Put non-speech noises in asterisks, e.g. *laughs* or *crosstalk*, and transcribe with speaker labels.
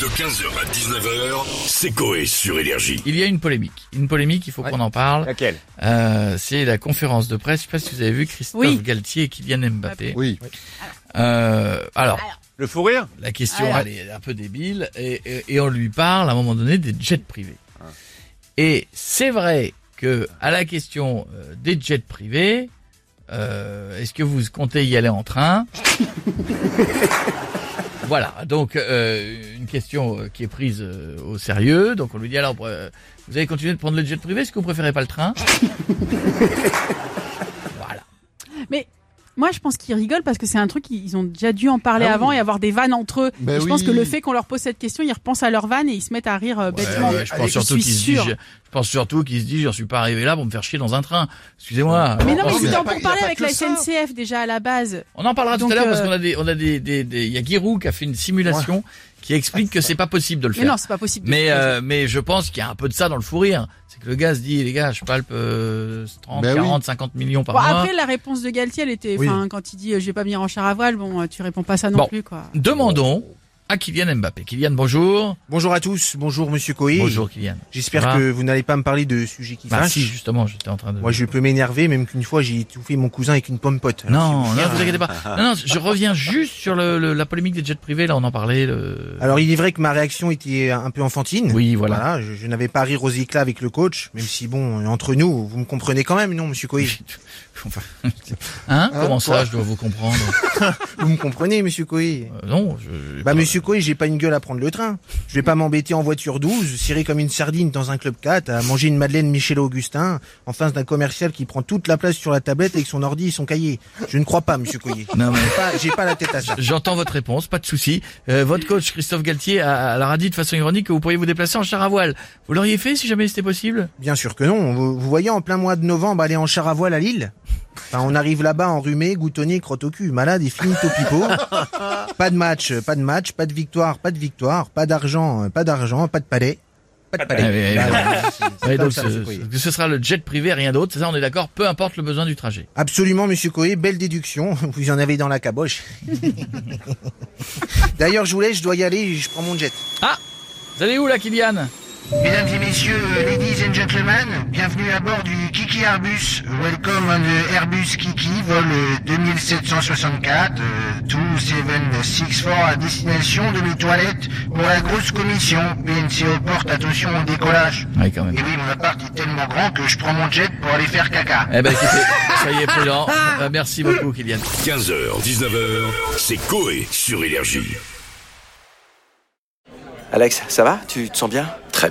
Speaker 1: De 15h à 19h, c'est Coé sur Énergie.
Speaker 2: Il y a une polémique. Une polémique, il faut qu'on en parle.
Speaker 3: Laquelle
Speaker 2: Euh, c'est la conférence de presse. Je sais pas si vous avez vu Christophe
Speaker 4: Oui.
Speaker 2: Galtier et Kylian Mbappé.
Speaker 3: Oui.
Speaker 2: Euh, alors,
Speaker 3: Le fou rire
Speaker 2: la question,
Speaker 4: Alors.
Speaker 2: elle est un peu débile. Et, et- et on lui parle à un moment donné des jets privés.
Speaker 3: Ah.
Speaker 2: Et c'est vrai que à la question euh, des jets privés, euh, est-ce que vous comptez y aller en train *laughs* Voilà, donc euh, une question euh, qui est prise euh, au sérieux. Donc on lui dit alors, euh, vous allez continuer de prendre le jet privé, est-ce que vous préférez pas le train Voilà.
Speaker 4: Moi, je pense qu'ils rigolent parce que c'est un truc, ils ont déjà dû en parler
Speaker 2: Ah oui.
Speaker 4: avant et avoir des vannes entre eux.
Speaker 3: Ben
Speaker 4: Et je pense
Speaker 3: oui.
Speaker 4: que le fait qu'on leur pose cette question, ils repensent à leurs vannes et ils se mettent à rire euh, bêtement.
Speaker 2: Ouais, ouais, je pense surtout
Speaker 4: suis
Speaker 2: qu'il se dit,
Speaker 4: sûre.
Speaker 2: je, je pense surtout qu'il se dit, je suis pas arrivé là pour me faire chier dans un train. Excusez-moi.
Speaker 4: Mais non, mais
Speaker 3: Oh,
Speaker 4: ils
Speaker 3: mais
Speaker 4: étaient
Speaker 3: y a
Speaker 4: en
Speaker 3: pas-
Speaker 4: pour
Speaker 3: y a
Speaker 4: parler
Speaker 3: pas
Speaker 4: avec
Speaker 3: que
Speaker 4: la
Speaker 3: ça.
Speaker 4: SNCF déjà à la base.
Speaker 2: On en parlera tout
Speaker 4: Donc,
Speaker 2: à l'heure parce
Speaker 4: euh,
Speaker 2: qu'on a des, on a des, des, des- il y a Giroud qui a fait une simulation qui explique que c'est pas possible de le
Speaker 4: Mais
Speaker 2: faire.
Speaker 4: non, c'est pas possible. de
Speaker 2: Mais,
Speaker 4: faire ça.
Speaker 2: euh, mais je pense qu'il y a un peu de ça dans le fou rire. C'est que le gars se dit, les gars, je palpe euh, 30,
Speaker 3: Ben oui.
Speaker 2: 40, 50 millions par
Speaker 4: Bon,
Speaker 2: mois.
Speaker 4: après, la réponse de Galtier, elle était,
Speaker 3: Oui.
Speaker 4: enfin, quand il dit, euh, je vais pas venir en char à voile, bon, euh, tu réponds pas ça non
Speaker 2: Bon.
Speaker 4: plus, quoi.
Speaker 2: Demandons à Kylian Mbappé. Kylian, bonjour.
Speaker 5: Bonjour à tous, bonjour Monsieur Coé.
Speaker 2: Bonjour Kylian.
Speaker 5: J'espère
Speaker 2: Ah.
Speaker 5: que vous n'allez pas me parler de sujets qui
Speaker 2: Bah,
Speaker 5: fâchent.
Speaker 2: si, justement, j'étais en train de...
Speaker 5: Moi, je peux m'énerver, même qu'une fois, j'ai étouffé mon cousin avec une pomme pote. Alors,
Speaker 2: Non,
Speaker 5: si
Speaker 2: non,
Speaker 5: vous-
Speaker 2: vous inquiétez pas.
Speaker 5: *laughs*
Speaker 2: Non, non, je reviens juste sur le, le- la polémique des jets privés. Là, on en parlait. Le...
Speaker 5: Alors, il est vrai que ma réaction était un peu enfantine.
Speaker 2: Oui, voilà.
Speaker 5: je, je n'avais pas à rire aux éclats avec le coach, même si bon, entre nous, vous me comprenez quand même, non, Monsieur
Speaker 2: *laughs*
Speaker 5: Coé
Speaker 2: Enfin, hein, Comment ça,
Speaker 5: quoi
Speaker 2: je dois vous comprendre
Speaker 5: Vous me comprenez, Monsieur Coé
Speaker 2: Euh, Non, je.
Speaker 5: Bah, Monsieur Coé, j'ai pas une gueule à prendre le train. Je vais pas m'embêter en voiture 12, cirer comme une sardine dans un club 4, à manger une madeleine Michel Augustin, en face d'un commercial qui prend toute la place sur la tablette avec son ordi et son cahier. Je ne crois pas, Monsieur Coé.
Speaker 2: Non, mais-
Speaker 5: J'ai pas- J'ai pas la tête à ça.
Speaker 2: J'entends votre réponse, pas de souci. Euh, votre coach Christophe Galtier a, alors a dit de façon ironique que vous pourriez vous déplacer en char à voile. Vous l'auriez fait si jamais c'était possible
Speaker 5: Bien sûr que non. Vous, vous voyez, en plein mois de novembre, aller en char à voile à Lille Enfin, on arrive là-bas enrhumé, goutonné, crotte au cul, malade et finito pipo. Pas de match, euh, pas de match, pas de victoire, pas de victoire, pas d'argent, euh, pas d'argent, pas de palais. Pas de
Speaker 2: Ah oui, oui,
Speaker 5: palais. Bah
Speaker 2: oui.
Speaker 5: voilà, c'est- c'est
Speaker 2: Ouais,
Speaker 5: comme
Speaker 2: donc
Speaker 5: ça,
Speaker 2: ce,
Speaker 5: monsieur Coé.
Speaker 2: ce- ce sera le jet privé, rien d'autre. C'est ça, on est d'accord. Peu importe le besoin du trajet.
Speaker 5: Absolument, monsieur Coé, belle déduction. *laughs* Vous en avez dans la caboche. *laughs* D'ailleurs, je vous laisse, je dois y aller, je prends mon jet.
Speaker 2: Vous allez où là, Kylian
Speaker 5: Mesdames et messieurs, euh, ladies and gentlemen, bienvenue à bord du Kiki Airbus. Welcome on the Airbus Kiki, vol euh, 2764, euh, 2764 à destination de mes toilettes pour la grosse commission. BNC aux portes, attention au décollage.
Speaker 2: Oui, quand
Speaker 5: Et
Speaker 2: même.
Speaker 5: oui, mon appart est tellement grand que je prends mon jet pour aller faire caca.
Speaker 2: Eh ben, écoutez, soyez prudents. Euh, merci beaucoup, Kylian.
Speaker 1: 15h, 19h, c'est Coé sur Énergie.
Speaker 6: Alex, ça va Tu te sens bien
Speaker 7: Très